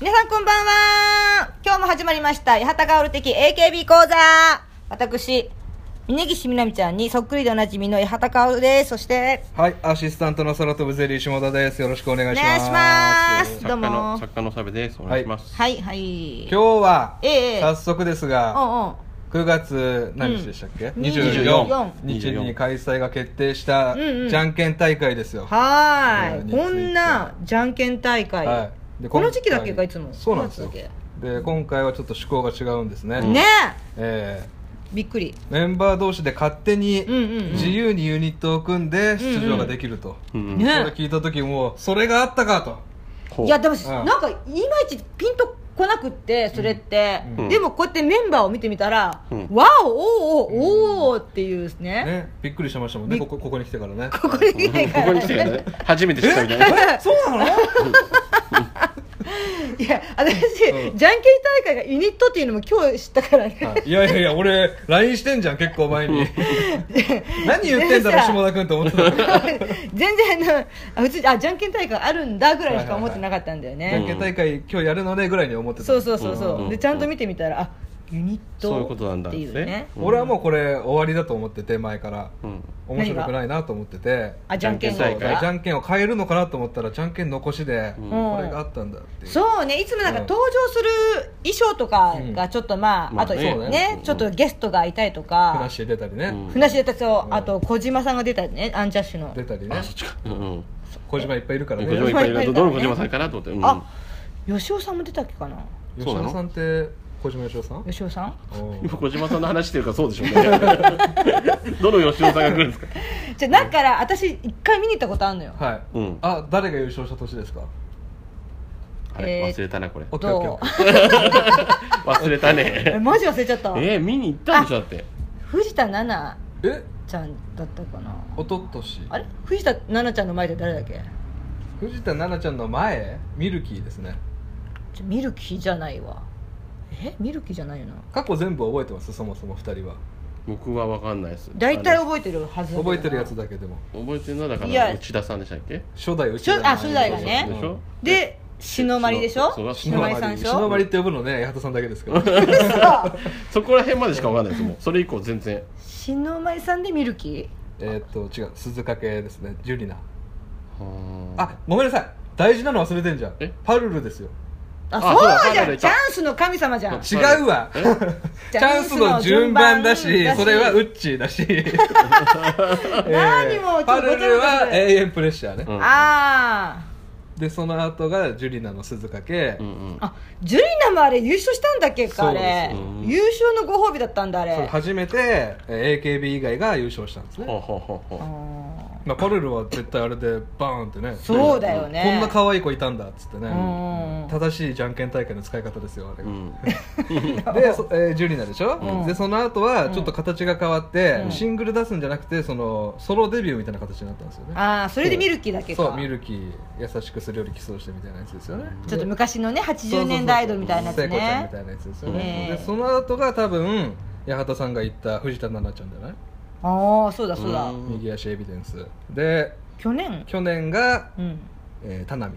皆さんこんばんは今日も始まりました八幡薫的 AKB 講座私峯岸みなみちゃんにそっくりでおなじみの八幡薫ですそしてはい、アシスタントの空飛ぶゼリー下田です。よろしくお願いしお願まいす。しますど作家うもの作家のサベです。お願いします。はいはい今日は、ええええ早速ですおが、んおん9月何日でしたっけ、うん24 24日に開催が決定した、んうんじゃんけん大会ですよ。はーいねこんなじゃんけん大会、でこの今回時期だっけかいつもそうなんですよ九月だっで今回はちょっと趣向が違うんですね、けねええびっくりえメンバー同士で勝手にうんうんうん自由にユニットを組んで出場ができると、うんねこれ聞いた時もそれがあったかとこういやでも、んなんかいまいちピンとこなくってそれって、うんでもこうやってメンバーを見てみたら、うんわおおーおおーっていうですね、ねびっくりしましたもんねここここに来てからねここに来てからここに来てるね。初めて知ったみたいな。 そうなの いや私、うんじゃんけん大会がユニットっていうのも今日知ったからね、いやいやいや、俺、LINE してんじゃん、結構前 に。何言ってんだろう、下田君って思ってた。 全然あのあ普通にあじゃんけん大会あるんだぐらいしか思ってなかったんだよね、じゃんけん大会、今日やるのね、ぐらいに思ってた。そうそうそうそう、うんでちゃんと見てみたらあユニットそういうことなんだっていうねうん俺はもうこれ、終わりだと思ってて、前から。うん面白くないなと思ってて。あじゃんけんじゃんけん大じ会ゃんけんを変えるのかなと思ったら、じゃんけん残しで、うんこれがあったんだっていう。そうねいつもなんかうん登場する衣装とかがちょっとまあ、うんあとまあねねねうんちょっとゲストがいたりとふなかっしー出たりね。うん船橋でたをうんあと小島さんが出たりねアンジャッシュの出たりね。うんうん。小島いっぱいいるから小ね。島いっぱいいる。どどの小島さんかなと思って。うんあ吉尾さんも出たっけかな吉田さんって、小島よしおさん吉尾さんお今ー小島さんの話してるからそうでしょうね。 どの吉尾さんが来るんですか。じゃあだから私一回見に行ったことあるのよはいうん。あ、誰が優勝した年ですかあれえー忘れたなこれ。オッケーオッケーオどッうケー忘れ たえね。マジ忘れちゃったえー見に行ったんでしょだって。藤田奈々えちゃんだったかなおととしあれ藤田奈々ちゃんの前で誰だっけ藤田奈々ちゃんの前ミルキーですねちょミルキーじゃないわえミルキーじゃないよな過去全部覚えてますそもそも2人は僕はわかんないです。大体あの覚えてるはずだけどな覚えてるやつだけでも覚えてるのはだかいやら内田さんでしたっけ。初代内初あ初代がねでしょ。で篠まりでしょそ篠う篠まりさんでしのょまりって呼ぶのね八幡さんだけですけどそこら辺までしかわかんないですもうそれ以降全然篠まりさんでミルキえーっと違う鈴掛ですねジュリナああごめんなさい大事なの忘れてんじゃんえパルルですよーああそうだそうじゃ彼女んいチたャンスの神様じゃん違うわ チャンスのチャンスの順順番番だだししそれはウッチーだ しえ何もちょっとごちゃごちゃーパルルは永遠プレッシャーね、うんあでその後がジュリナの鈴掛け、うんうーんあジュリナもあれ優勝したんだっけかあれそうですうん優勝のご褒美だったんだあそれれ初めてえー AKB 以外が優勝したんですねほうほうほうあほーまあ、パルルは絶対あれでバーンってねそうだよねこんな可愛い子いたんだっつってねうん正しいじゃんけん大会の使い方ですよあれううんが、で、そえージュリナでしょ、うんでその後はちょっと形が変わって、うんシングル出すんじゃなくてそのソロデビューみたいな形になったんですよねあーそれでミルキーだっけかそうミルキー優しくするよりキスをしてみたいなやつですよねちょっとで昔のねそうそう80そう年代アイドルみたいなやつ聖子ちゃんみねたいなやつですよねねえでその後が多分八幡さんが言った藤田奈々ちゃんじゃない、ああそうだそうだうん右足エビデンスで去年去年がうんえー、タナミン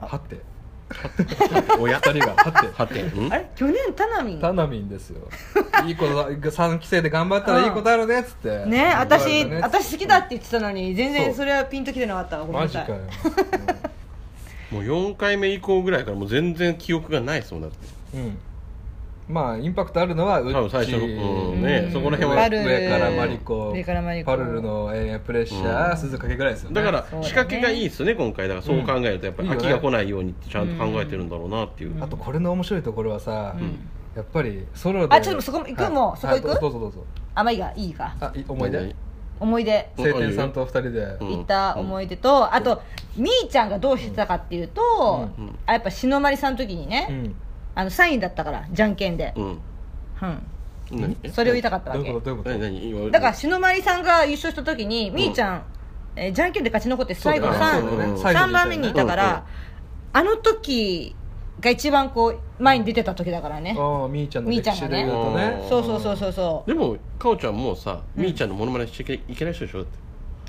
はて親二人がはてはてんあれ去年タナミンタナミンで すよいい子だ3期生で頑張ったらいい子だろうねっつってね私言われたね私好きだって言ってたのに全然そうそれはピンときてなかったわごめんマなジさかい よもう四回目以降ぐらいからもう全然記憶がないそうなってうんまあインパクトあるのはう多分っち最初のうんねうんそこら辺バはルーン上からマリコ上からマリコパルルの、えー、プレッシャー、うん鈴掛ぐらいですよねだからそうだね仕掛けがいいですね今回だからそう考えるとやっぱりうん飽きが来ないようにってちゃんと考えてるんだろうなっていうあとこれの面白いところはさ、んやっぱりソロであちょっとそこも行くはいもうそこ行くはいどうぞどうぞあまあいいかいいかあい思い出思い出晴天さんと二人で、うん行った思い出と、あとみーちゃんがどうしてたかっていうと、うんうんあやっぱ篠まりさんの時にね、うんあのサインだったからじゃんけんでう、んうん何それを言いたかったどわういけうことどういうこと何何今だから篠まりさんが優勝した時にみーちゃん、えーじゃんけんで勝ち残って最後そうだねそうだ3ね最後番目にいたから、あの時が一番こう前に出てた時だからね、ああみーちゃんの歴史で言うとみーちゃんがねね そうそうそうそうそうでもかおちゃんもうさみーちゃんのモノマネしちゃいけない人でしょだって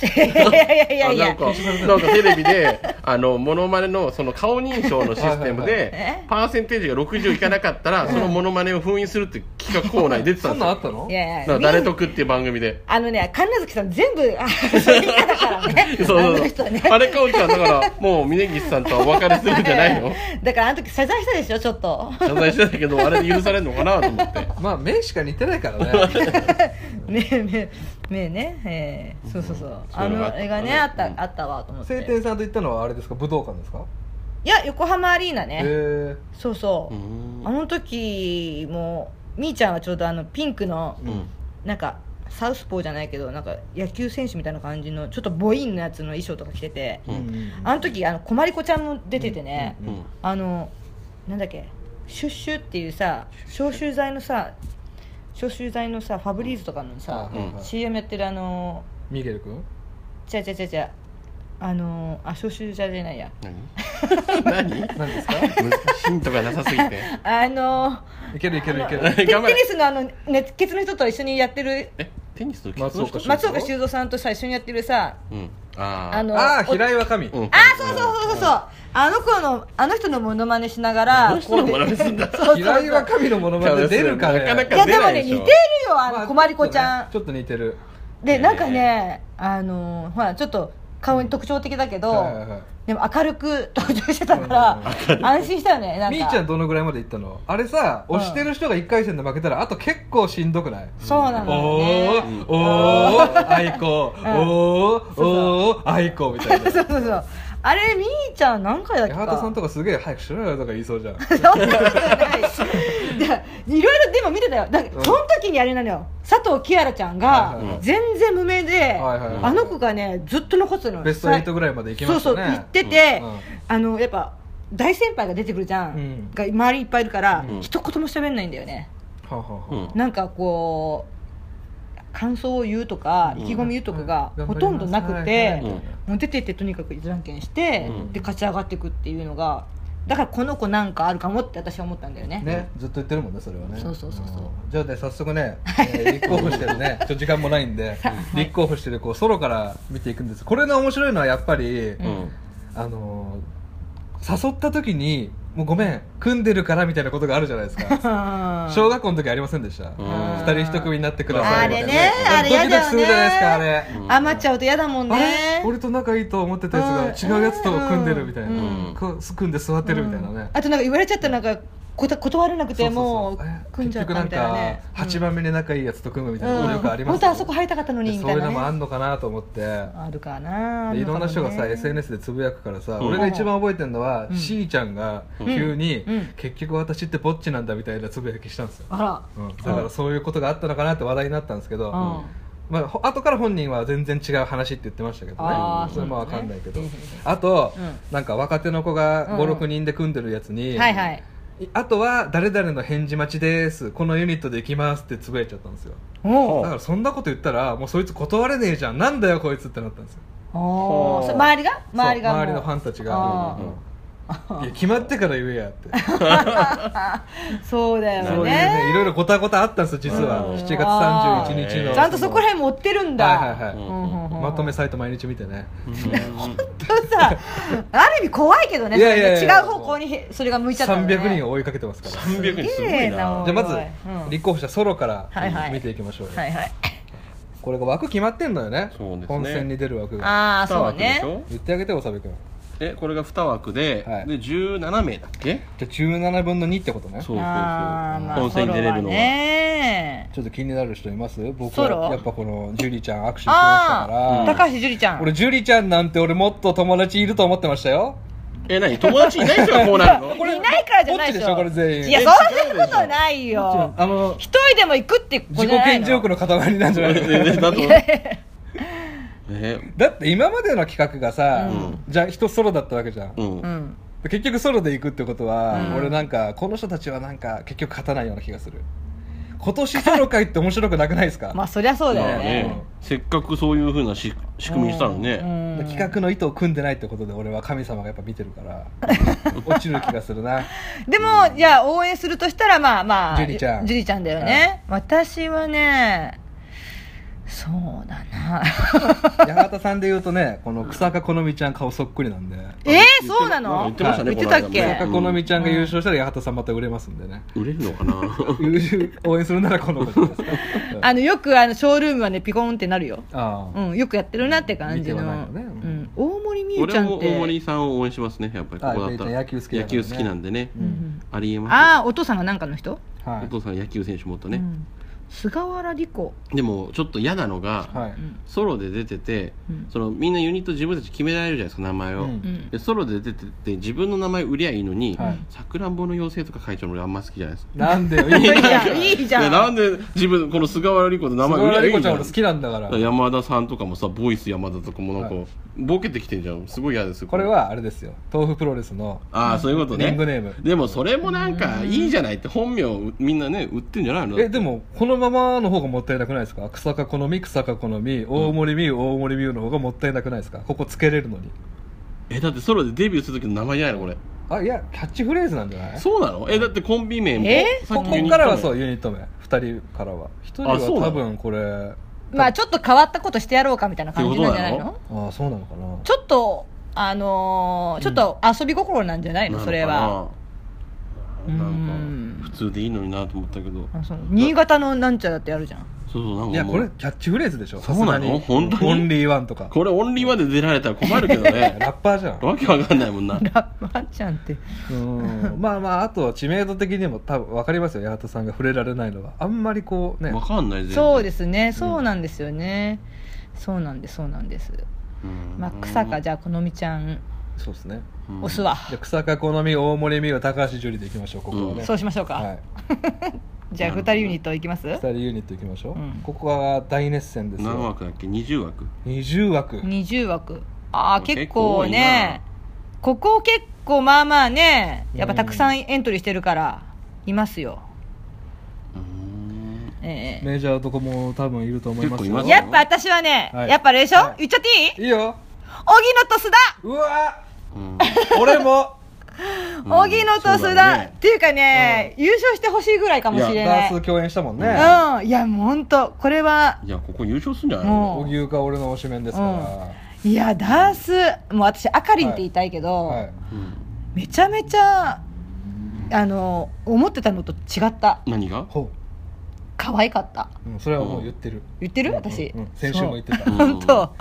いやいやいやいあなや ん。かなんかテレビであのモノマネのその顔認証のシステムはいはいはい えでパーセンテージが60いかなかったらそのモノマネを封印するって企画コーナーに出てたそ んんでなすんあっよたのいやいなや。誰得っていう番組であのね、神奈月さん全部、あ、そういう方だからね。 そうそうあそのう人ね。あれかおちゃんだからもう峯岸さんとはお別れするんじゃないの だからあの時謝罪したでしょ、ちょっと。謝罪してたけどあれで許されるのかなと思ってまあ目しか似てないから ね ねえ、ねえ、ねえね。えーそうそうそう。そうあいうのがあっのた絵がね、あった、あったわ、と思っ晴て。天さんと言ったのはあれですか武道館ですかいや、横浜アリーナへね。えそうそうう。んあの時も、みーちゃんはちょうどあのピンクの、うんなんか、サウスポーじゃないけど、なんか野球選手みたいな感じの、ちょっとボインのやつの衣装とか着てて。うんあの時、あの、こまりこちゃんも出ててね。うんあのなんだっけシュッシュっていうさ消臭剤のさ消臭剤のさファブリーズとかのさ、うんうん CM やってるあのミゲル君ちゃちゃちゃちゃあのあ消臭剤じゃないや何何何で すかヒントがなさすぎてあのいけるいけるいけあのるテテ 頑張れニスのあの熱血の人と一緒にやってるえテニスと松岡修松岡修造さんとさ一緒にやってるさうんあーあのああお平井若神うんあーそうそうそうそうそうあの子のあの人のモノマネしながらあの人のモノマネすんだこうそうそう平井そう若神のものまで出るかねなかなかいやでも出なねいで似してょるよあのこまりこちゃんちょっと似てるでなんかね、あのーほらちょっと顔に特徴的だけど、はいはいはいでも明るく登場してたから、安心したよねなんかみーちゃんどのぐらいまで行ったのあれさうん押してる人が1回戦で負けたらあと結構しんどくないそうなおのよねーおーあいんこそおーうそおーあいこみたいなそうそうそうあれみーちゃん何回だっけ八幡さんかとかすげえ早くしろよとか言いそうじゃんそんなことないしでいろいろでも見てたよだからうんその時にあれなのよ佐藤キアラちゃんがはいはいはい全然無名で、はいはいはいあの子がねずっと残ってたのよベスト8ぐらいまで行きましたそうそうね行ってて、うんうんあのやっぱ大先輩が出てくるじゃん、うんが周りいっぱいいるから、うん一言も喋んないんだよねはあはあはあうんなんかこう感想を言うとか、うん意気込み言うとかがうんほとんどなくて、うんもう出てってとにかくじゃんけんして、うんで勝ち上がっていくっていうのがだからこの子なんかあるかもって私は思ったんだよねね、ずっと言ってるもんねそれはねそうそうそうそうんじゃあね早 速ね、えー立候補してるねちょっと時間もないんで立候補してる子ソロから見ていくんですこれの面白いのはやっぱり、うんあのー誘った時にもうごめん組んでるからみたいなことがあるじゃないですか小小学校の時ありませんでしたうん二人一組になってくださあいみたれいなねあれドやキドキだするじゃないですかあよれね、うん余っちゃうと嫌だもんあれね俺と仲いいと思ってたやつが違うやつと組んでるみたいな、うんこう組んで座ってるみたいなね、あとなんか言われちゃったらなんかこた断れなくてもう組んじゃったみたいなね8番目に仲いいやつと組むみたいな能力ありうんま本す当はあそこ入入りたかったのにみそうたいいうなのもあねんのかなと思ってあるかなでいろんな人がさあるのかもね SNS でつぶやくからさうん俺が一番覚えてるのはうんしーちゃんが急にうん「結局私ってぼっちなんだ」みたいなつぶやきしたんですよあらうんだからそういうことがあったのかなって話題になったんですけどうんまあほ後から本人は全然違う話って言ってましたけどねあーそれもそう分ねかんないけどうんあとうんなんか若手の子がうん56人で組んでるやつにはいはいあとは誰々の返事待ちですこのユニットで行きますってつぶやいちゃったんですよおだからそんなこと言ったらもうそいつ断れねえじゃんなんだよこいつってなったんですよおーそ周りが周りがそうもう周りのファンたちがあうんいや決まってから言えやって そうだそういようねねいろいろごたごたあったんですよ実はうん7月31日のちゃんとそこら辺持ってるんだはいはいはいうんうんうんまとめサイト毎日見てねちょっとさある意味怖いけどねいやいやいやそれが違う方向にそれが向いちゃったのね300人を追いかけてますから300人すごいなじゃあますずごいうん立候補者ソロかはいはらい見ていきましょうよはいはいこれが枠決まってんのよねそうですね本戦に出る枠がああ二そう枠でねしょ言ってあげておさべくんえこれが2枠で,、はいで17名だっけじゃあ17分の2ってことねそうそうそうあーまあ本戦に出れるフォロのワーは、ねちょっと気になる人います僕ソロはやっぱこのジュリちゃん握手してましたああーから高橋樹里ちゃん俺ジュリちゃんなんて俺もっと友達いると思ってましたよえ何友達いない人がこうなるのいないからじゃないでしょこっちでしょこれ全員いやえそんなことないよあの一人でも行くって子自己じゃ顕ないの示欲の塊なんじゃないだとえだって今までの企画がさ、うじゃあ人ソロだったわけじゃん、うん、うん結局ソロで行くってことは、うん俺なんかこの人たちはなんか結局勝たないような気がする今年ソロ会って面白くなくないですか、まあそりゃそうだよねねせっかくそういうふうなし仕組みにしたのね、うん企画の意図を組んでないってことで俺は神様がやっぱ見てるから 落ちる気がするなでもじゃあ応援するとしたらまあまあ樹里ちゃん樹里ちゃんだよね私はねそうだな八幡さんで言うとねこの草加好美ちゃん顔そっくりなんでえー、そうなの言ってましたね言ってたっこ草のけ間加ね好美ちゃんが優勝したら八幡さんまた売れますんでね売れるのかな応援するならこの子じゃないですかうんあのよくあのショールームはねピコーンってなるよ、ああうん、よくやってるなって感じの、見てはないよねうん、大森美優ち俺ゃんもっ大て森さんを応援しますねやっぱりここだったあら野球好きだからね好きなんでね、うんありえまああお父さんがなんかの人、はすおい父さん野球選手もっとうね、ん、菅原莉子、でもちょっと嫌なのが、はいうんソロで出てて、うんそのみんなユニット自分たち決められるじゃないですか名前を、うんうんでソロで出てて自分の名前売りゃいいのに、はいさくらんぼの妖精とか会長の俺あんま好きじゃないですかなんでよいいじゃ今んいいじゃでんなんで自分この菅原莉子の名前売りゃいリいコんちだゃんよ俺好きなんだから山田さんとかもさボイス山田とかもなんか、はいボケてきてんじゃんすごい嫌ですよこれはあれですよ豆腐プロレスのああそういうことねリングネームでもそれもなんかいいじゃないって本名をみんなね売ってんじゃないのえでもこのままの方がもったいなくないですか草加好み草加好み大森美優大森美優の方がもったいなくないですかここつけれるのにえだってソロでデビューする時の名前じゃないのこれあいやキャッチフレーズなんじゃないそうなのえだってコンビ名もえさこっきユこニット名からはそうユニット名2人からは1人はあそうな多の分これあまあちょっと変わったことしてやろうかみたいな感じなんじゃないのってこあそうなのかなちょっとあのーちょっと遊び心なんじゃないの、それはなのかななうんんか普通でいいのになと思ったけどあそう新潟のなんちゃらってあるじゃん そうそうなんかもういやこれキャッチフレーズでしょそうなのさすがに本当にオンリーワンとかこれオンリーまで出られたら困るけど ねラッパーじゃんわけわかんないもんなラッパーちゃんってうん まあまああと知名度的にも多分分かりますよ八幡さんが触れられないのはあんまりこうねわかんない、そうですすねそうなんですよね、そうなんですそうなんです、うんまあ、草かじゃあこのみちゃんそうですねうん押すわ、じゃあ草加好み大森美優高橋樹里でいきましょうここはね、うんそうしましょうか、はいじゃあ2人ユニットいきます2人ユニットいきましょう、うんここは大熱戦です何よ枠だっけ20枠20枠20枠ああ結構結構ねここ結構まあまあねやっぱたくさんエントリーしてるからいますよ、うーんええメジャーとかも多分いると思います結構いますよやっぱ私はね、はいやっぱあれでしょ、はい言っちゃっていいいいよ荻野と須田うわうん俺もうん荻野とそ須う田、だねっていうかね、優勝してほしいぐらいかもしれなダいース共演したもんねうんいやもうほんとこれはいやここ優勝すんじゃないものう荻生か俺の推しメンですかいやダースもう私あかりんって言いたいけら、ど、はい、うんめちゃめちゃあの思ってたのと違った何がほ可愛かったう、うん、それはもう言ってる、言ってるうん私、うんうん先週も言ってたうん 本当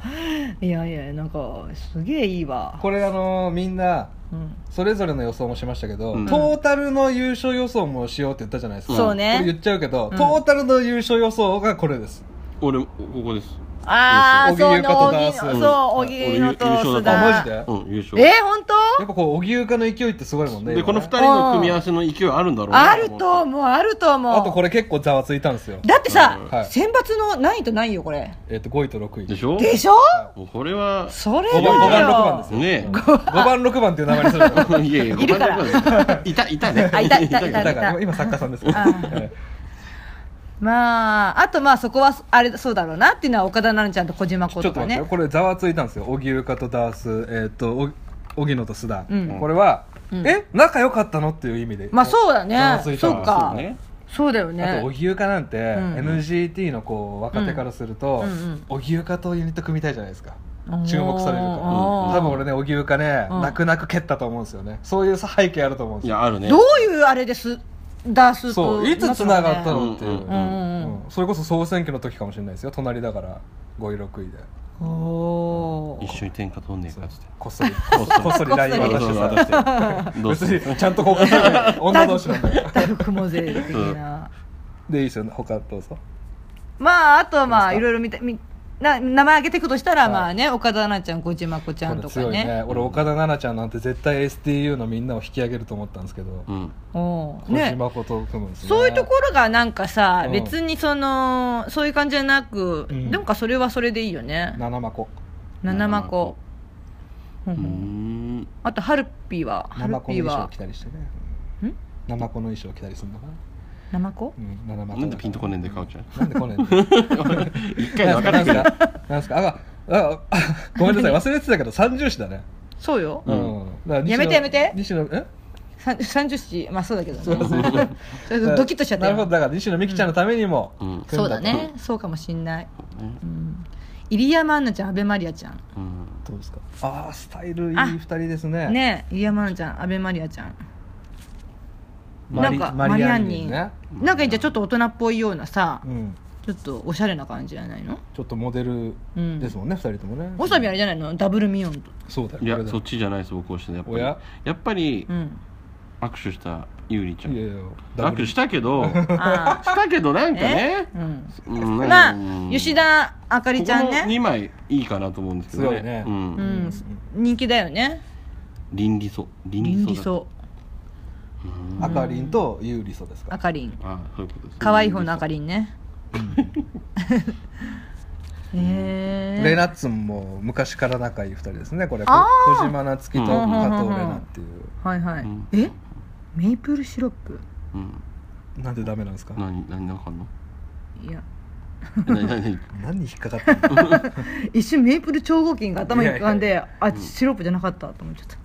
いやいやなんかすげえいいわ これあのーみんなうんそれぞれの予想もしましたけど、うんトータルの優勝予想もしようって言ったじゃないですか、そうこれ言ねっちゃうけど、うんトータルの優勝予想がこれです俺ここですああそうそう荻生かとダーねスそううん荻野と俺優須勝だ田とあマジでやっうん優勝えー、本当ぱこう荻生かの勢いってすごいもんねで今このね二人の組み合わせの勢いあるんだろうなあると思うあると思うあとこれ結構ざわついたんですよだってさ、はい選抜の何位と何位よこれえっ、と5位と6位でしょでしょもうこれはそれ5だ番よ5番6番ですよね5番6番っていう名前にする のえ いやいやいるからい たいたねあいたいたいただから今作家さんですけどあーえまああとまあそこはあれそうだろうなっていうのは岡田奈々ちゃんと小島え子とちょっとか待ってねよこれざわついたんですよ荻生かとダースえっ、とお荻野と須田、うんこれは、うんえ仲良かったのっていう意味でまあそうだざわつねいたそんうですよかそうねそうだよあとね荻生かなんて、ん NGT のこう若手からするうとんうんうん荻生かとユニット組みたいじゃないですかおー注目されるからおー多分俺ね荻生かねうん泣く泣く蹴ったと思うんですよねそういう背景あると思うんでいすよやあるねどういうあれですダースとそういつつながったのっていうううんうんんうんうんそれこそ総選挙の時かもしれないですよ隣だから5位6位でおー一緒に天下取んねえかっつってこっそりこっそりこっそり LINE 渡してさどう別するにちゃんと交換す るから女同士なんだよダルクモゼ的なでいいですよね他どうぞまああとはまあどうでいろすかいろ見てみな名前挙げていくとしたら、はいまあね岡田奈々ちゃん小島子ちゃんとかこれ強いねね俺岡田奈々ちゃんなんて絶対 STU のみんなを引き上げると思ったんですけどうんおー小ね島こと組むんですねそういうところがなんかさ、うん別にそのそういう感じじゃなく、うんなんかそれはそれでいいよね七マコ七マコうーんあとハルピーはハ七ルマコピーの衣装は着たりしてねん七マコの衣装着たりするのかなナマコうん七マコなんでピンとこねえんだよかおちゃんなんで来ねえんだよ 一回で分からななん すくなかなんすかあああ ごめんなさい忘れてたけど三重詞だねそうようんうんだから西野やめてやめて西野えさん30子まあそうだけどそうねそうそうちょっとドキッとしちゃったなるほよどだから西野美紀ちゃんのためにもうんそうだねそうかもしんないうん入山アンナちゃん阿部マリアちゃんうんどうですかああスタイルいいあ二人ですねねえ入山アンナちゃん阿部マリアちゃんマリなんかマリマアンリアンニニねなんかじゃあちょっと大人っぽいようなさうんちょっとおしゃれな感じじゃないのちょっとモデルうんですもんね、二人ともねわさびあれじゃないのダブルミヨンとそうだよいこやれだそっよちじゃないです僕はしてやっぱおりややっぱりうん握手したゆりちゃいやんいや握手したけどしあたけどなんかねあうんうんなまんかあうん吉田あかりちゃんここのね2枚いいかなと思うんですけすどごいねねううんん人気だよね倫理層倫倫理理層層だうんあかりんとゆうりそですかあかりんあそういうことです可愛い方のあかりりんねへえレナッツンも昔から仲いい二人ですねこれあー小島なつきとうん加藤レナっていう、はいはいうんえメイプルシロップうんなんでダメなんですか何何なんか あんのいや何何何何に引っかかった の一瞬メイプル超合金が頭に浮かんいやであシロップじゃなかったと思っちゃった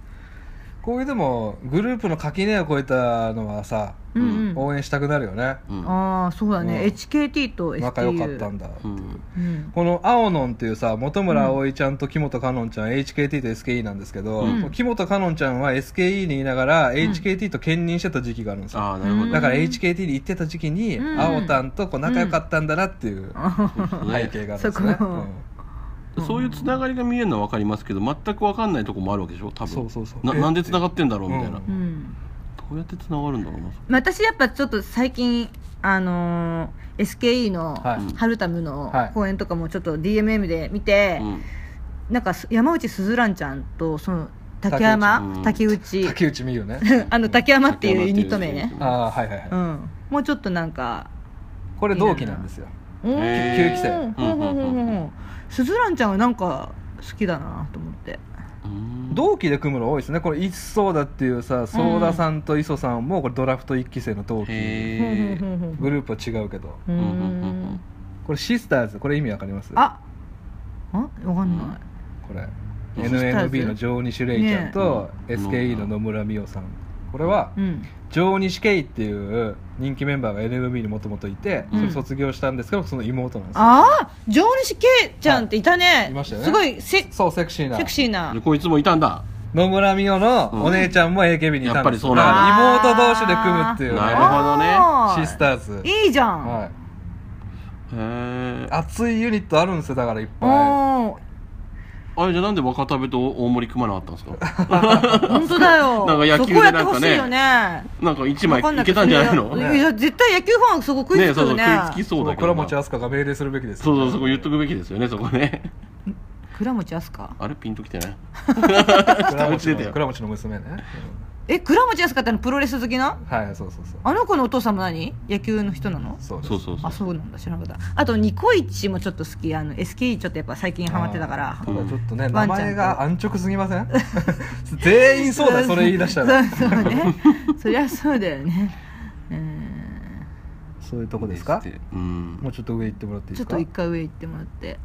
こういうでもグループの垣根を越えたのはさ、うんうん応援したくなるよねうんああそうだねうん HKT と STU 仲良かったんだ、うんうんこの青のんっていうさ本村葵ちゃんと木本香音ちゃん、HKT と SKE なんですけど、うん木本香音ちゃんは SKE にいながら HKT と兼任してた時期があるんですよ、ああなるほどだから HKT に行ってた時期に、うん青たんとこう仲良かったんだなっていう背景があるんですそね、こをそういうつながりが見えるのは分かりますけど全く分かんないとこもあるわけでしょ多分そうそうそうななんでつながってんだろうみたいな、うんうどんうやってつながるんだろうなまあ私やっぱちょっと最近あのー SKE のはいハルタムのはい公演とかもちょっと DMM で見て、うんなんかす山内すずらんちゃんとその竹山竹竹内,、竹内美優 ねあの竹山っていうユニット名竹山っていうユニッねト、ああはいはいはい、うん、もうちょっとなんかこれ同期なんですよおーへー旧期生ほうほうほうほうほうすずらんちゃんはなんか好きだなと思ってうん同期で組むの多いですねこれ一ソーダっていうさソーダさんと磯さんもこれドラフト1期生のほうほ同期、うへほうほうグループは違うけどうーうんうんうんうんんこれシスターズこれ意味わかりますああわかんないこれシスターズ NMB の上西レイちゃんと、ね SKE の野村美桜さんこれはうん上西圭っていう人気メンバーが NMB にもともといてうんそれ卒業したんですけどその妹なんですよ、ああ上西圭ちゃんっていたね、いいましたよねすごいセそうセクシーなセクシーえなでこいつもいたんだ野村美桜うんのお姉ちゃんも AKB にいたんですよやっぱりそうなんだだから妹同士で組むっていうなるねほどねあシスターズいいじゃん、はいへえ熱いユニットあるんですよだからいっおぱお あれじゃあなんで若田部と大森組まなかったんです か本当だよなんか野球でそこやなっんてかねほしいよねなんか一枚わかいなけたんじゃないいの ねやいや絶対野球ファンそこ食いえつくそうよそう食ねいつきそういだけ倉ど持な飛鳥が命令するべきですそようそうそこ言っとくべきですよねそこね 倉持飛鳥あれピンときてない倉持出てのよ倉持の娘ね、え倉持飛鳥ってあのプロレス好きなうんはいそうそうそうあの子のお父さんも何野球の人なのそうですそうそうそあうそうなんだ知らなかったあとニコイチもちょっと好きあの SKE ちょっとやっぱ最近ハマってたからあーただちょっとね、うん名前が安直すぎません 全員そうだそれ言い出した らそうそう ねそりゃそうだよねうんそういうとこですかってうんもうちょっと上行ってもらっていいちでょっすかと一回上行ってもらって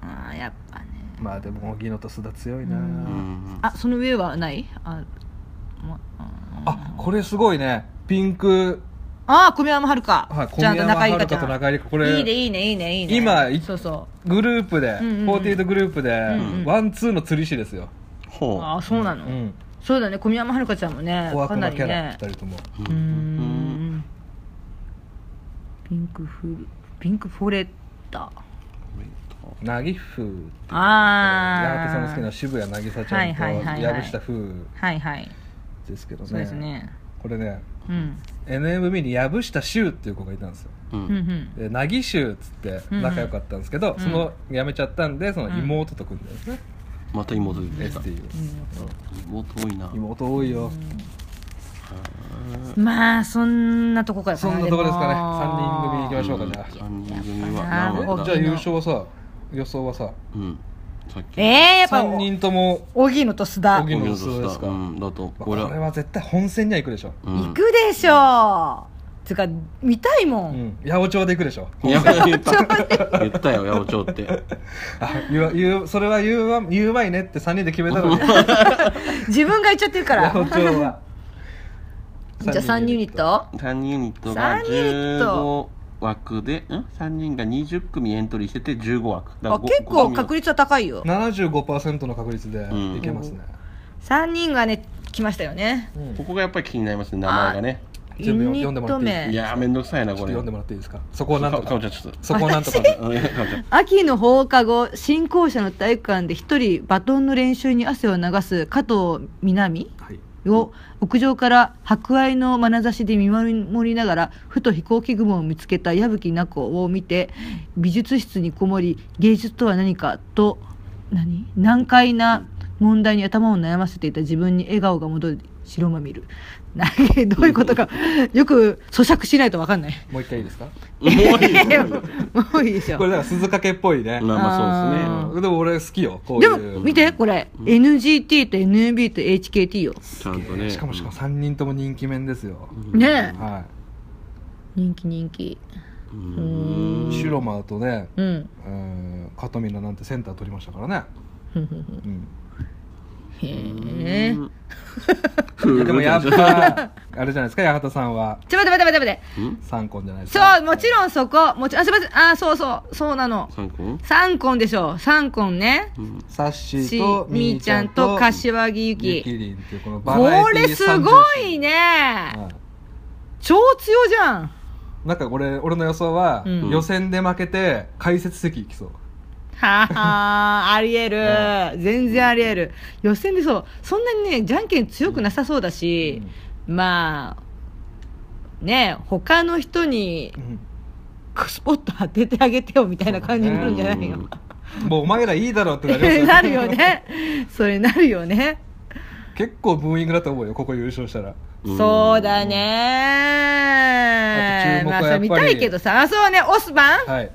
ああやっぱねまあでも荻野と須田強いな、うんあその上はないあ、ま、あこれすごいねピンク、ああ小宮山遥か、はい、ちゃんと中井香遥ちとゃ中井理香こんれいいねいいねいいねいいね今いそうそグループで、うんうんうん48グループで、んうんワンツーの釣り師ですよ、うほああそうなうの、ん、そうだね小宮山遥ちゃんもね小か悪な魔りキャラ、ね二人ともううーんピンクフルピンクフォレッタなぎふう八幡あさんのあ好きな渋谷渚ちはゃいんとはいはいはい藪下風はいはいですけどね,、そうですねこれねうん NMB に藪下柊っていう子がいたんですようんうんうんでなぎ柊っつってうんうん仲良かったんですけど、その辞めちゃったんでその妹と組んでるんですね、また妹出てきた STU 妹多いな妹多いよ、まあそんなとこからかそんなとこですかねでも3人組いきましょうかじゃあ3人組はやっぱな何割じだゃあ優勝はさ予想はさうんさっきええやっぱ3人とも荻野と須田荻荻野野とと須田ですかうんだとまあこ俺れはは絶対本戦には行くでしょ、うん行くでしょうつうか見たいもうんん、八百長で行くでしょ いや言った言ったよ八百長ってあ言わ言うそれは言うわ言うまいねって3人で決めたのに 八自分が行っちゃってるから百長はじゃあ3人ユニット3人ユニット三が人ユニット15枠でん3人が20組エントリーしてて15枠だあご結ご構組確率は高いよ75%の確率でいけますね、 3人がね来ましたよねうんここがやっぱり気になりますね名前がねユ全部ニ読んでッもらトっていいい名やーめんどくさいなこれ読んでもらっていいですかそこをなんかとかおかちゃんちょっとそこをなん とかねうんかおちゃん秋の放課後新校舎の体育館で一人バトンの練習に汗を流す加藤みなみはいを屋上から博愛の眼差しで見守りながらふと飛行機雲を見つけた矢吹奈子を見て美術室にこもり芸術とは何かと何難解な問題に頭を悩ませていた自分に笑顔が戻り白まみる などういうことかよく咀嚼しないと分かんない もう一回いいですかもういいいやよもういいでしょこれだから鈴掛けっぽいね、まあまあそううんでも俺好きよこういでもう見てこれ、NGT と NB と HKT よですねちゃんとねしかもしかも3人とも人気面ですよ、ねえは人気人気うんいシュロマーとね、うんうん、カトミナなんてセンター取りましたからね、うんへえいやでもやっぱあれじゃないですか八幡さんはちょ待って待って待って待って三婚じゃないですかそうもちろんそこもちろんあすいませんあそうそうそうなの三個三コンでしょ三コンねサッシしーとみみーーちちゃゃんんとと柏木由ゆき紀りんっていうこのバラエこティれーす三ご拍子いねは超強じゃんいなんかこれ俺の予想は、うん予選で負けて解説席行きそうはあはあ ありえる、全然ありえる予選でそうそんなにねじゃんけん強くなさそうだし、まあねえ他の人にうんスポット当ててあげてよみたいな感じになるんじゃないよ、もうお前らいいだろうってなります なるよねそれなるよね、結構ブーイングだと思うよここ優勝したらそうだあねまと注目はあそやれっぱり見たいけどさあそうねオスマンはい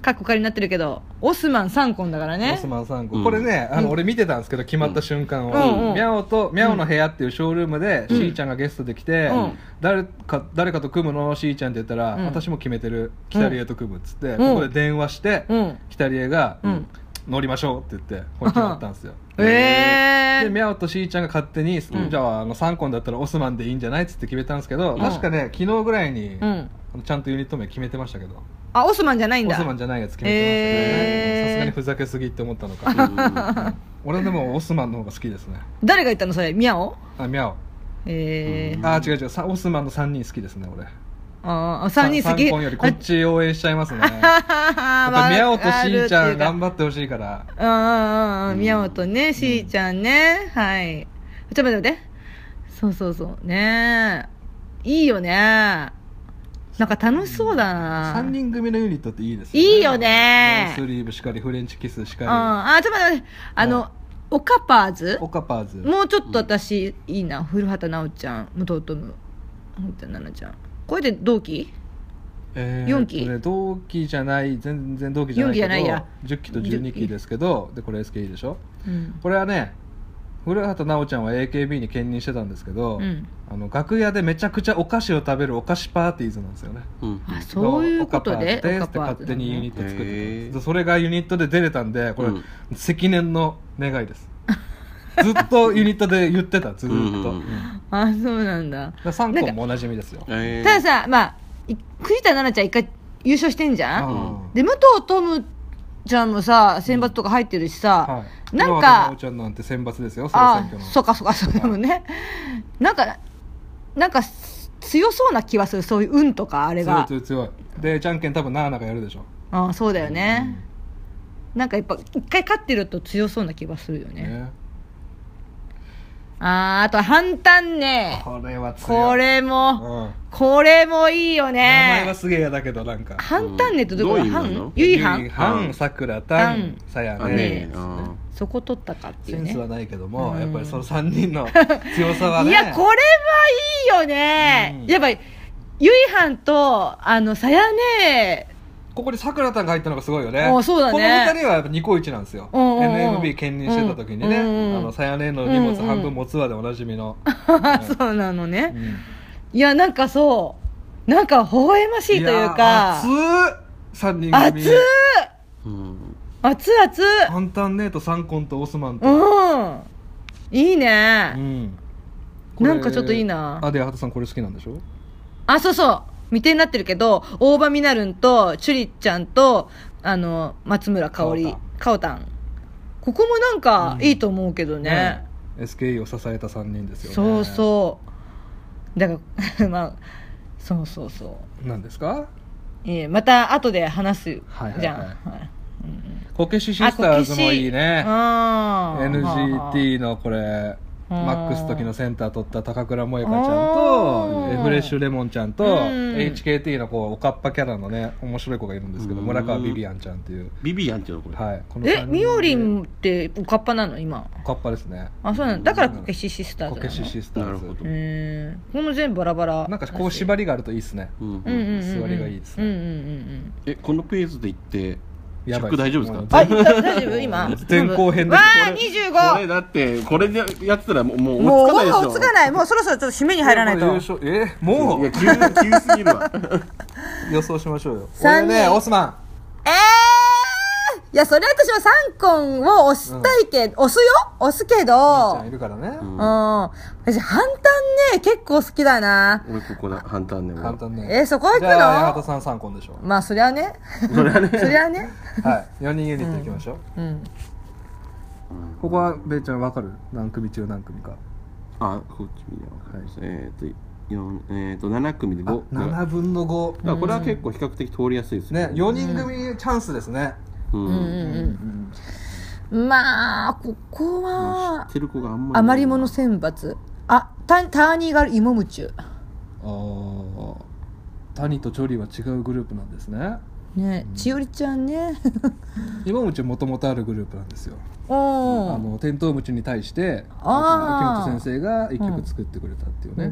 かっこ仮になってるけどオスマン3コンだからオねスマンさんうんこれねあの俺見てたんですけど決まった瞬間うんうんをミャオとミャオの部屋っていうショールームでしーちゃんがゲストで来てうん誰か誰かと組むのしーちゃんって言ったらうん私も決めてる北リエと組むっつってんここで電話してうん北リエがうん乗りましょうって言ってこれ決まったんですよええでミャオとしーちゃんが勝手にじゃああの3コンだったらオスマンでいいんじゃないっつって決めたんですけど確かね昨日ぐらいにうんあのちゃんとユニット名決めてましたけどあオスマンじゃないんオだスマンじゃないやつ決めてましたけどねへーさすがにふざけすぎって思ったのか俺でもオスマンの方が好きですね誰が言ったのそれミャオあミャオえー、あ違う違うさオスマンの3人好きですね俺あー3人好き三コンよりこっち応援しちゃいますねあやっぱミャオとしーちゃん頑張張ってほしいからうんうんうんミャオとねしーちゃんね、はいちょっと待って待ってそうそうそうねいいよねなんか楽しそうだな3人組のユニットっていいですいいよねノースリーブしかりフレンチキスしうんかあちょっと待って待ってあの、うんオカパーズりオカパーズもうちょっと私、いいな古畑直ちゃん弟の本田奈々ちゃんこれで同期え四期これ同期じゃない全然同期じゃないけ四期じゃないやど10期と12期ですけどでこれ SKE でしょうん、これはね古畑奈央ちゃんは AKB に兼任してたんですけど、うんあの楽屋でめちゃくちゃお菓子を食べるお菓子パーティーズなんですよねうんあそういうことでオカパーズですってオカパー勝ズ手にユニット作っへてーたそれがユニットで出れたんでこれ、うん積年の願 いですずっとユニットで言ってたずうんうーっんうと、うんんだあそうなんだから三3個もおなじみですよ、えーたださまあい栗田奈々ちゃん一回優勝してんじゃんうんで武藤トムちゃんもさ選抜とか入ってるしさは、い、なん古畑奈央かちゃんなんて選抜ですよ総選あ挙のそうかそうかそういうのねなんかなんか強そうな気はするそういう運とかあれ強いが強い強いでじゃんけん多分なあながやるでしょあそうだよね、なんかやっぱ一回勝ってると強そうな気はするよねねあーあと反対ねこれは強いこ、れうん、も、名これもいいよ前ねはすげえ嫌だけどなんか反対ねってどこうだんどういう意味な反のゆいハはんンハン、さくらたん、さやあねねえあそこ取ったかっていセうンねスはないけども、やっぱりその3人 の強さはねいや、これはいいよね。うんやっぱり、ゆいはんと、あの、さやねここにさくらたんが入ったのがすごいよねあそうだねこの2人はやっぱニコイチなんですよ、うんうんうん NMB 兼任してた時にね、うんうんうんあのさやねの荷物うんうん半分持つわでおなじみの、 そうなのうね。んいや、なんかそう、なんか微笑ましいというか、や熱っ3人組熱っうん熱っ熱っアンタンネーとサンコンとオスマンと、うん。いいうね。んなんかちょっといいなあで八幡さんこれ好きなんでしょあ、そうそう。未定になってるけど、大場みなるんと、チュリちゃんと、あの、松村香織、かおたん。ここもなんか、いいと思うけどね。 SKE を支えた3人ですよねそうそう。だから、 まあ、そうそうそう。うなんですかえーまた後で話すはいはいはいじゃん。いこけしシスターズもいいねあこけしうん NGT のこれうんマックス時のセンター取った高倉萌香ちゃんうんとえフレッシュレモンちゃんとうん HKT のこうおかっぱキャラのね面白い子がいるんですけどうん村川ビビアンちゃんっていうビビアンっていうのこれ。はいこのえ三人でみおりんっておかっぱなの今おかっぱですねあそうなんだだからこけしシスターズこなのけしシスターなるほズどへーこの全部バラバラなんかこう縛りがあるといいですねうんうんうんうんうん座りがいいですねうんうんうんえ、このペースで行って、やばい尺大丈夫ですかもうあいった大丈夫今前後編わだあこれ25だって、これでやってたらもう、もうもう追いつかないでしわょ。あ追いつかないもうそろそろちょっと締めに入らないもう優と勝えもういや、急、急すぎるわ。 予想しましょうよ三人俺ねオスマンえーいやそれ私は三婚を押したいけど押すよ押すけちゃどんいるからねうん私反対ね結構好きだな俺ここだ、ハンターね。俺簡単ねえーそこ行くのじゃあ八幡さん3婚でしょまあそりゃねそりゃね そりゃねはい4人ユニットいきましょううんここはべーちゃんわかる何組中何組かあ、こっち見ればわかります。えっと、四えっと、7組で5。 7分の5だからこれは結構比較的通りやすいですねね。 4人組チャンスですねうんうんまあここは知ってる子があんまり。余り物選抜あタターニーガルイモムチュああ谷とチョリーは違うグループなんですねね千織ちゃんね今もちもともとあるグループなんですよおあおのテントウムチに対してあー秋元先生が一曲作ってくれたっていうね、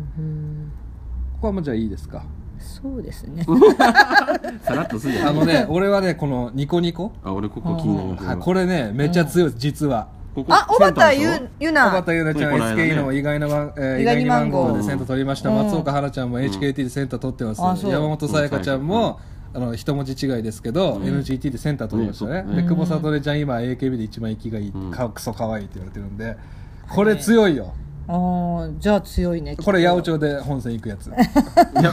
ここはもうじゃあいいですかそうですねさらっとするじゃあん。の ね俺はねこのニコニコあ、俺ここ気になりますあよ。これねめっちゃ強いです実はここあ小畑センターでしゆょゆ小な畑優奈ちゃんついこの間ね SKE の意外なマン、えー意外意外ににママンンゴーゴーでセンター取りました、松岡花ちゃんも HKT でセンター取ってます、あそう山本さやかちゃんも、あの一文字違いですけど、NGT でセンター取りましたね、うんで久保里音ちゃん今 AKB で一番息がいい、かクソ可愛いって言われてるんでこれ強いよ、あーじゃあ強いねこれ八百長で本戦行くやついや、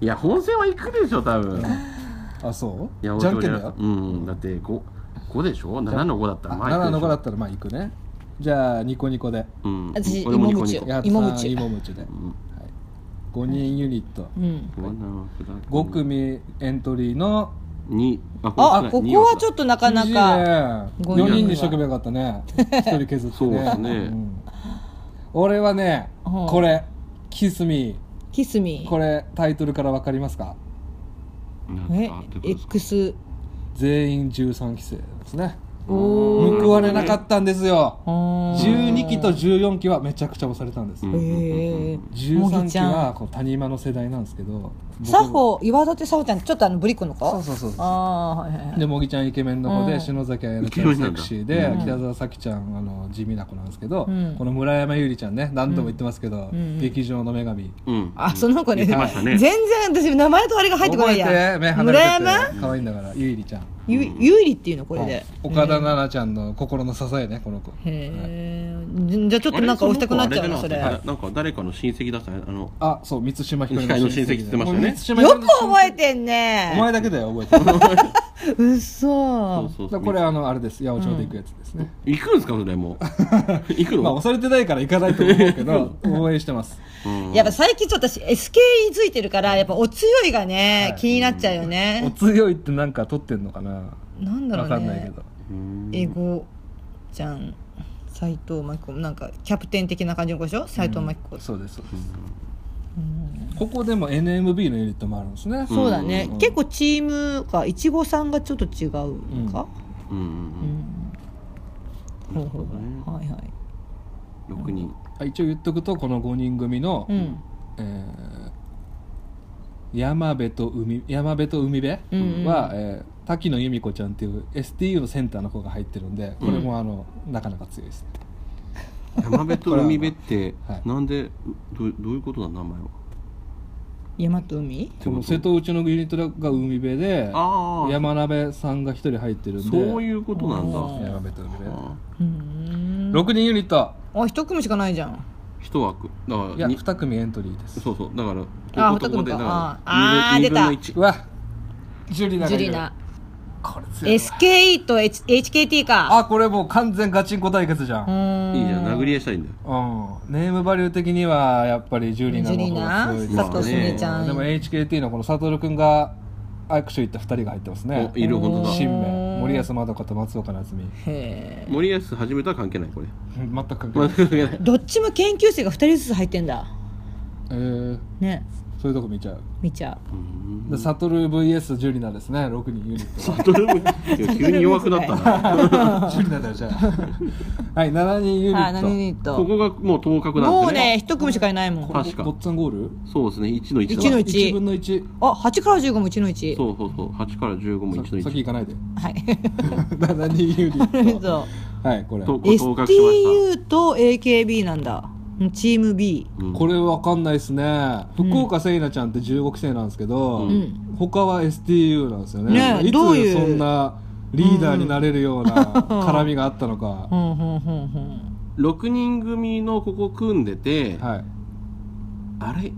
いや本戦は行くでしょ、多分。 あそいやう俺じゃんけんだ俺ようん、だって5、5でしょ ?7 の5だったら前行くでしょ。 7の子だったらまあ行くねじゃあニコニコでうん。私俺もニコニコ芋八芋幡さ餅ん芋餅で、んはい、5人ユニット、うん五5組エントリーのにああここはちょっっとなかなかか五人4人にしとけばよかったね1人削って そうねですねん俺はねうんこれ「キスミキスミこれタイトルから分かりますかえ X 全員13期生ですねおー報われなかったんですよあー12期と14期はめちゃくちゃ押されたんですうんへえも13ぎ期ちゃんはこう谷間の世代なんですけど僕サホ岩立サホちゃんちょっとあのブリッコの子そうそうそうそうああーはいはいはいでもぎちゃんイケメンのう子でん篠崎彩イ乃ちケゃメんンなセんだクシーで北澤咲ちゃんあの地味な子なんですけどうんこの村山優里ちゃんね何度も言ってますけどん劇場の女神うんあ、その子ね。言ってましたね全然私名前とあれが入ってこないや。覚えて目離村れ山てて可愛いんだから優里ちゃんゆゆいりっていうのこれで。岡田奈々ちゃんの心の支えねこの子へえ。じゃあちょっとなんか押したくなっちゃうなそれ。あよなんか誰かの親戚だったねあのあそう満島ひかりのひかりの親戚って言ってましたよねもう満島ひかりくの覚えてんおね。前だけだよ覚えてるだかうそうそ。そうそらうこれあのあれです八百長で行くやつですね行くんですかそ れもう行くまあの押されてないから行かないと思うけど応援してますうんやっぱ最近ちょっと私 SK についてるからやっぱお強いがね気になっちゃうよおね。強いってなんか取ってんのかななんだろわうね。かんないけどうんエゴちゃん。斉藤真希子なんかキャプテン的な感じの子でしょ斉藤真希子、そうですそうですここでも NMB のユニットもあるんですねそうだね、うん結構チームかいちごさんがちょっと違うか、うんうんほうほうはいはいうん6人あ一応言っとくとこの5人組のうんえー山辺と海山辺と海辺は、うんうんえー滝野由美子ちゃんっていう STU のセンターの子が入ってるんでこれもあの、なかなか強いですね山辺と海辺 ってはいなんでどうどういうことだ名前は山と海この瀬戸内のユニットが海辺でああ山辺さんが一人入ってるんでそういうことなんだ山辺と海辺あうん6人ユニットあ一組しかないじゃんー一枠だからいやに2組エントリーですそうそうだからあこことここで二組かだかあーら二分あーの出一うわジュリナがジュいるリーナ。これ強いわ SKE と H- HKT か。あこれもう完全ガチンコ対決じゃん、うんいいじゃん殴り合いしたいんだよネームバリュー的にはやっぱりジュリナの方が強いですジュリナ佐藤すみちゃんでも HKT のこのサトルくんが握手行った2人が入ってますねおいる本当だ新名森保まどかと松岡夏実へ森保始めたら関係ないこれ全く関係ない、関係ないーどっちも研究生が2人ずつ入ってんだえー、ねそういうとこ見ちゃう見ちゃ でサトル VS ジュリナですね6人ユニットサトルもいや急に弱くなった なジュリナだよじゃあ はい7人ユうニあッート何ユニットここがもう頭角なんもうでね1組しかいないもんこ確かごっつんゴールそうですね1の1だ一の一1分の1あ8から15も1の1そうそうそう8から15も1の先1行かないではい 7人ユニット そうはいこれとこう頭角しまし STU と AKB なんだうんチーム B た、うんこれわかんないですね福岡せいなちゃんって中国生なんですけどん他は STU なんですよねねえいつどういうそんなリーダーになれるような絡みがあったのかほんほんほんほん6人組のここ組んでて、はいあれ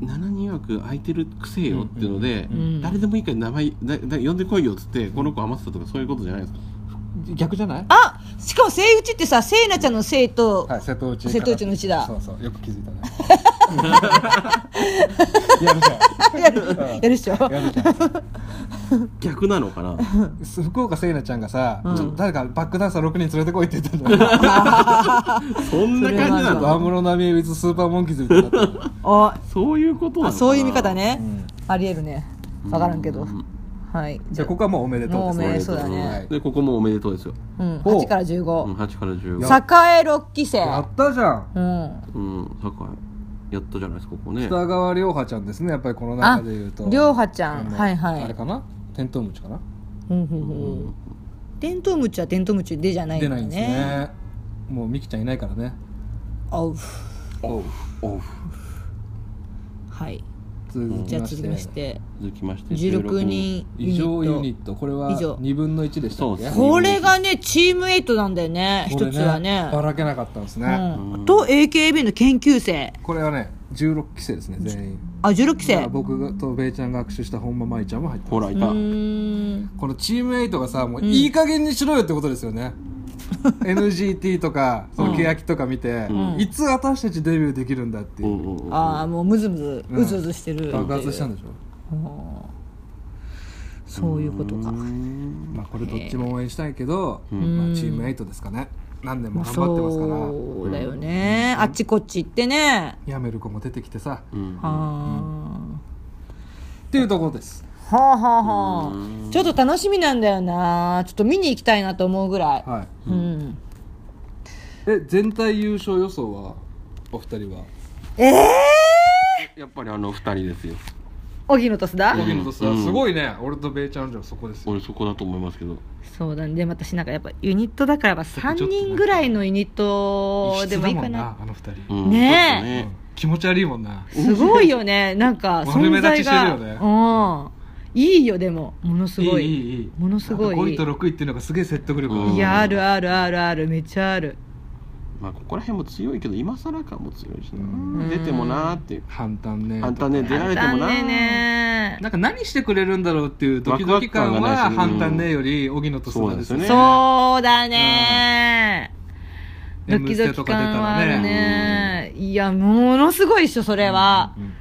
7人枠空いてるくせえよっていうので、ん誰でもいいから名前だだ呼んでこいよっつってこの子余ってたとかそういうことじゃないですか逆じゃないあしかもセイウチってさセイナちゃんのセイとはい、瀬戸内瀬戸内の内だそうそうよく気づいたね やるじやるやるっしょゃんやるじゃん逆なのかな福岡せいなちゃんがさ、うんちょっと誰かバックダンサー6人連れてこいって言ったんだよそんな感じなそれはの安室奈美恵 with スーパーモンキーズみたいになってるあそういうことなのあかなそういう見方うねんありえるね分からんけどはいじじゃゃあここはもうおめでとうですもうおめでそうだねはいでここもおめでとうですよ、あうんほう8からうん、 15 8から15栄六期生やったじゃんうんうんだからやったじゃないですかここね北川涼波ちゃんですねやっぱりこの中で言うとあ涼波ちゃんあのはいはいあれかなテントウムチかなほうほうほうテントウムチはテントウムチでじゃないん出だないんですねねもうミキちゃんいないからねあうおうおうはい続きましてじゃあ続きまして続きまして16人異常ユニトットこれは以上2分の1でしたっけそうですこれがねチームエイトなんだよねこれ一つはねばらけなかったんですね、うんと AKB の研究生これはね16期生ですね全員あ16期だから生僕がとベイちゃんが握手した本間舞ちゃんも入ってほるらいうた、ーんこのチームエイトがさもういい加減にしろよってことです よね NGT とかその欅とか見て、いつ私たちデビューできるんだっていうう、んうんうんああもうムズムズうんうずうずしてる爆発したんでしょ、そういうことかまあ、これどっちも応援したいけど、まあ、チームエイトですかね何年も頑張ってますからそうだよねあっちこっち行ってねやめる子も出てきてさうんはあっていうところですはあはあはあちょっと楽しみなんだよなちょっと見に行きたいなと思うぐらいはいうんえ全体優勝予想はお二人はええやっぱりあの二人ですよ荻野と須田荻野とさ、うんすごいね俺とベイちゃんじゃそこですよ俺そこだと思いますけどそうだねでも私なんかやっぱユニットだからやっぱょっとち3ょっとね人ぐらいのユニット異で質もいだいもかんななあの二人、うんねえちょっとね気持ち悪いもんなすごいよねなんか 丸目存在立ちしてるよがねうんいいよでもものすごいいいいいいいものすごい5位と6位っていうのがすげえ説得力ある、うんいやあるあるあるあるめっちゃあるまあここら辺も強いけど今更感も強いしな出てもなーっていう反対ねあんたね出られても残な念ねなんか何してくれるんだろうっていうドキドキ感ワクワクは感がないし反対ねより荻野と須田ですよそうでねすよねそうだねドキドキ感はある M ステとか出たらねいやものすごいっしょそれはうん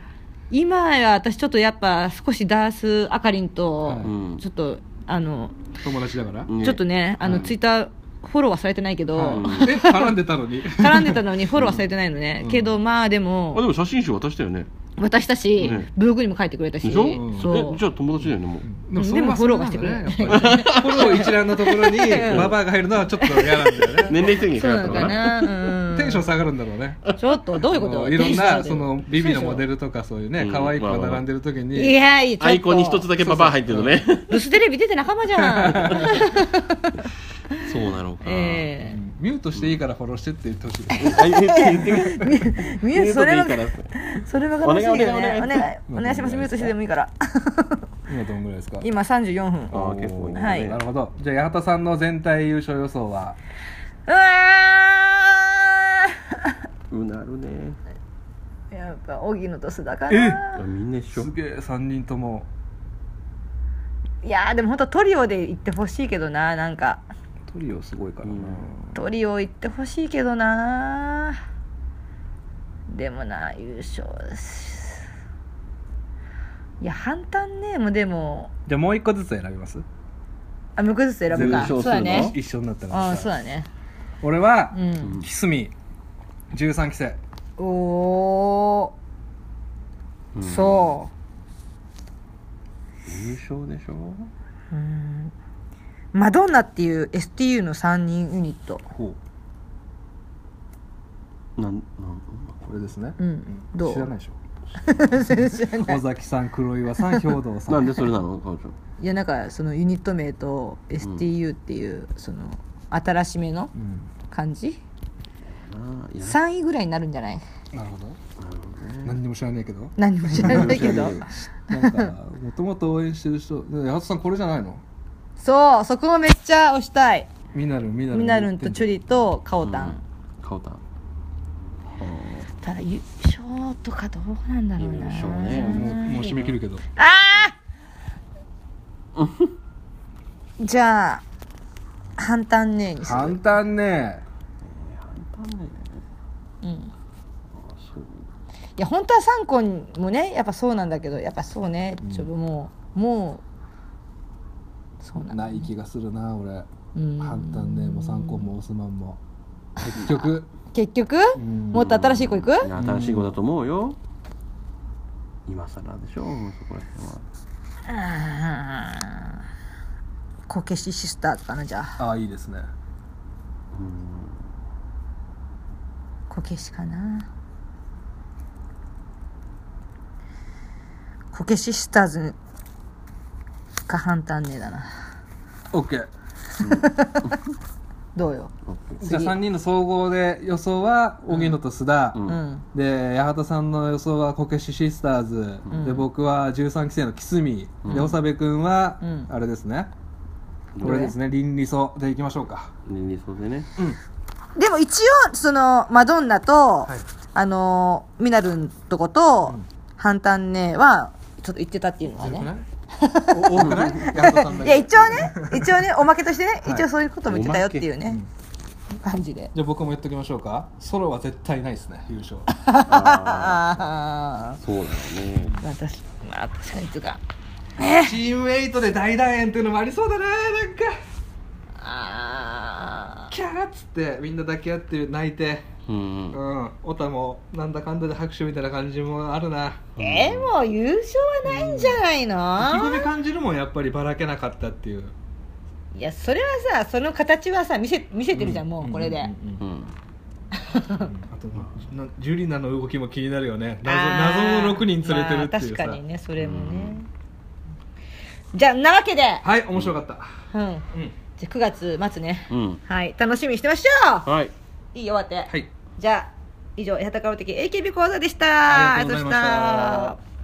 今は私ちょっとやっぱ少しダースあかりんとはいうんちょっとあの友達だから、ねちょっとねあうのんツイッターフォローはされてないけどはいえ絡んでたのに絡んでたのにフォローはされてないのねけどまあであでもも写真集渡したよね私たちねブログにも書いてくれたしでしょんそえじゃあ友達だよねもうででもフォローがしてくれるフォロー一覧のところにババアが入るのはちょっと嫌なんだよね年齢制う限そうかなのかったのかかななうんテンション下がるんだろうねちょっとどういうこといろんなテンショそンのビビのモデルとかそういうねうん可愛い子が並んでる時いにやいやちょっとアイコンに一つだけババア入ってるのね留守テレビ出て仲間じゃんそうなのかうえんミュートしていいからフォローしてって言ってほしいあ言って言ってえ言うとそでれいいはからそれはお願楽いしいよねおお願いお願いお願いしますミュートしてでもいいから今どんぐらいですか今34分あー結構いいねはいなるほどじゃあ八幡さんの全体優勝予想はうわーくなるね やっぱ荻野と須田かえなあみんな一緒すげえ3人ともいやーでも本当トリオで行ってほしいけどななんかトリオすごいからな、うんトリオ行ってほしいけどなでもな優勝しいや反対ねもうでもじゃあもう一個ずつ選びますあ向こうずつ選ぶ全部優か勝そうするのだね一緒になったらああそうだね俺はう、んキスミ13期生おおー、そ優勝でしょううんマドンナっていう STU の3人ユニットほうなんなんこれですねうんどう知らないでしょ尾崎さん黒岩さん兵藤さんなんでそれなの彼女いやなんかそのユニット名と STU っていうその新しめのうん感じ、ああいや3位ぐらいになるんじゃないなるほど何にも知らねえけど何も知らないけどなんかもともと応援してる人で八幡さんこれじゃないのそうそこもめっちゃ押したいミナルンミナルンミナルンとチュリとカオタン、顔たんただ優勝とかどうなんだろう優な勝ねもうもう締め切るけどああじゃあ反対ねにする簡単ねいや本当は3個もねやっぱそうなんだけどやっぱそうねちょっともう、もうそうなんだない気がするな俺うん簡単ねもう3個もオスマンも結局結局、んもっと新しい子いくいや新しい子だと思うよ今更でしょもうそこら辺はこけしシスターズかなじゃあああいいですねこけしかなこけしシスターズか反対ねだな OK どうよじゃあ3人の総合で予想は荻野と須田、うんうんで八幡さんの予想はこけしシスターズ、で僕は13期生のキスミ、で長部君は、うんあれですねこれですね倫理層でいきましょうか年齢層 でねでも一応そのマドンナと、はいあのミナルンとこと、ハンタンネはちょっと言ってたっていうのはね多 くない八幡さんだいけや一応ね一応ねおまけとしてね、はい一応そういうことも言ってたよっていうね、感じでじゃあ僕も言っときましょうかソロは絶対ないですね優勝あそうだよねあ私まあ確かにというかチームエイトで大団円っていうのもありそうだななんかあキャーっつってみんな抱き合って泣いてうんうんオタもなんだかんだで拍手みたいな感じもあるなーえもう優勝はないんじゃない意気込のみ感じるもんやっぱりばらけなかったっていういやそれはさその形はさ見せ見せてるじゃん、もうこれで、んん うんうんあとなジュリナの動きも気になるよねあ謎ー謎の6人連れてるっていうまあ、確かさ、にねそれもね、じゃあなわけで、はい面白かった、うん、うん、じゃあ9月末ねうんはい楽しみにしてましょうはいいいよ終わって、はいじゃあ以上八幡薫的 AKB 講座でしたありがとうございましたありがとうございま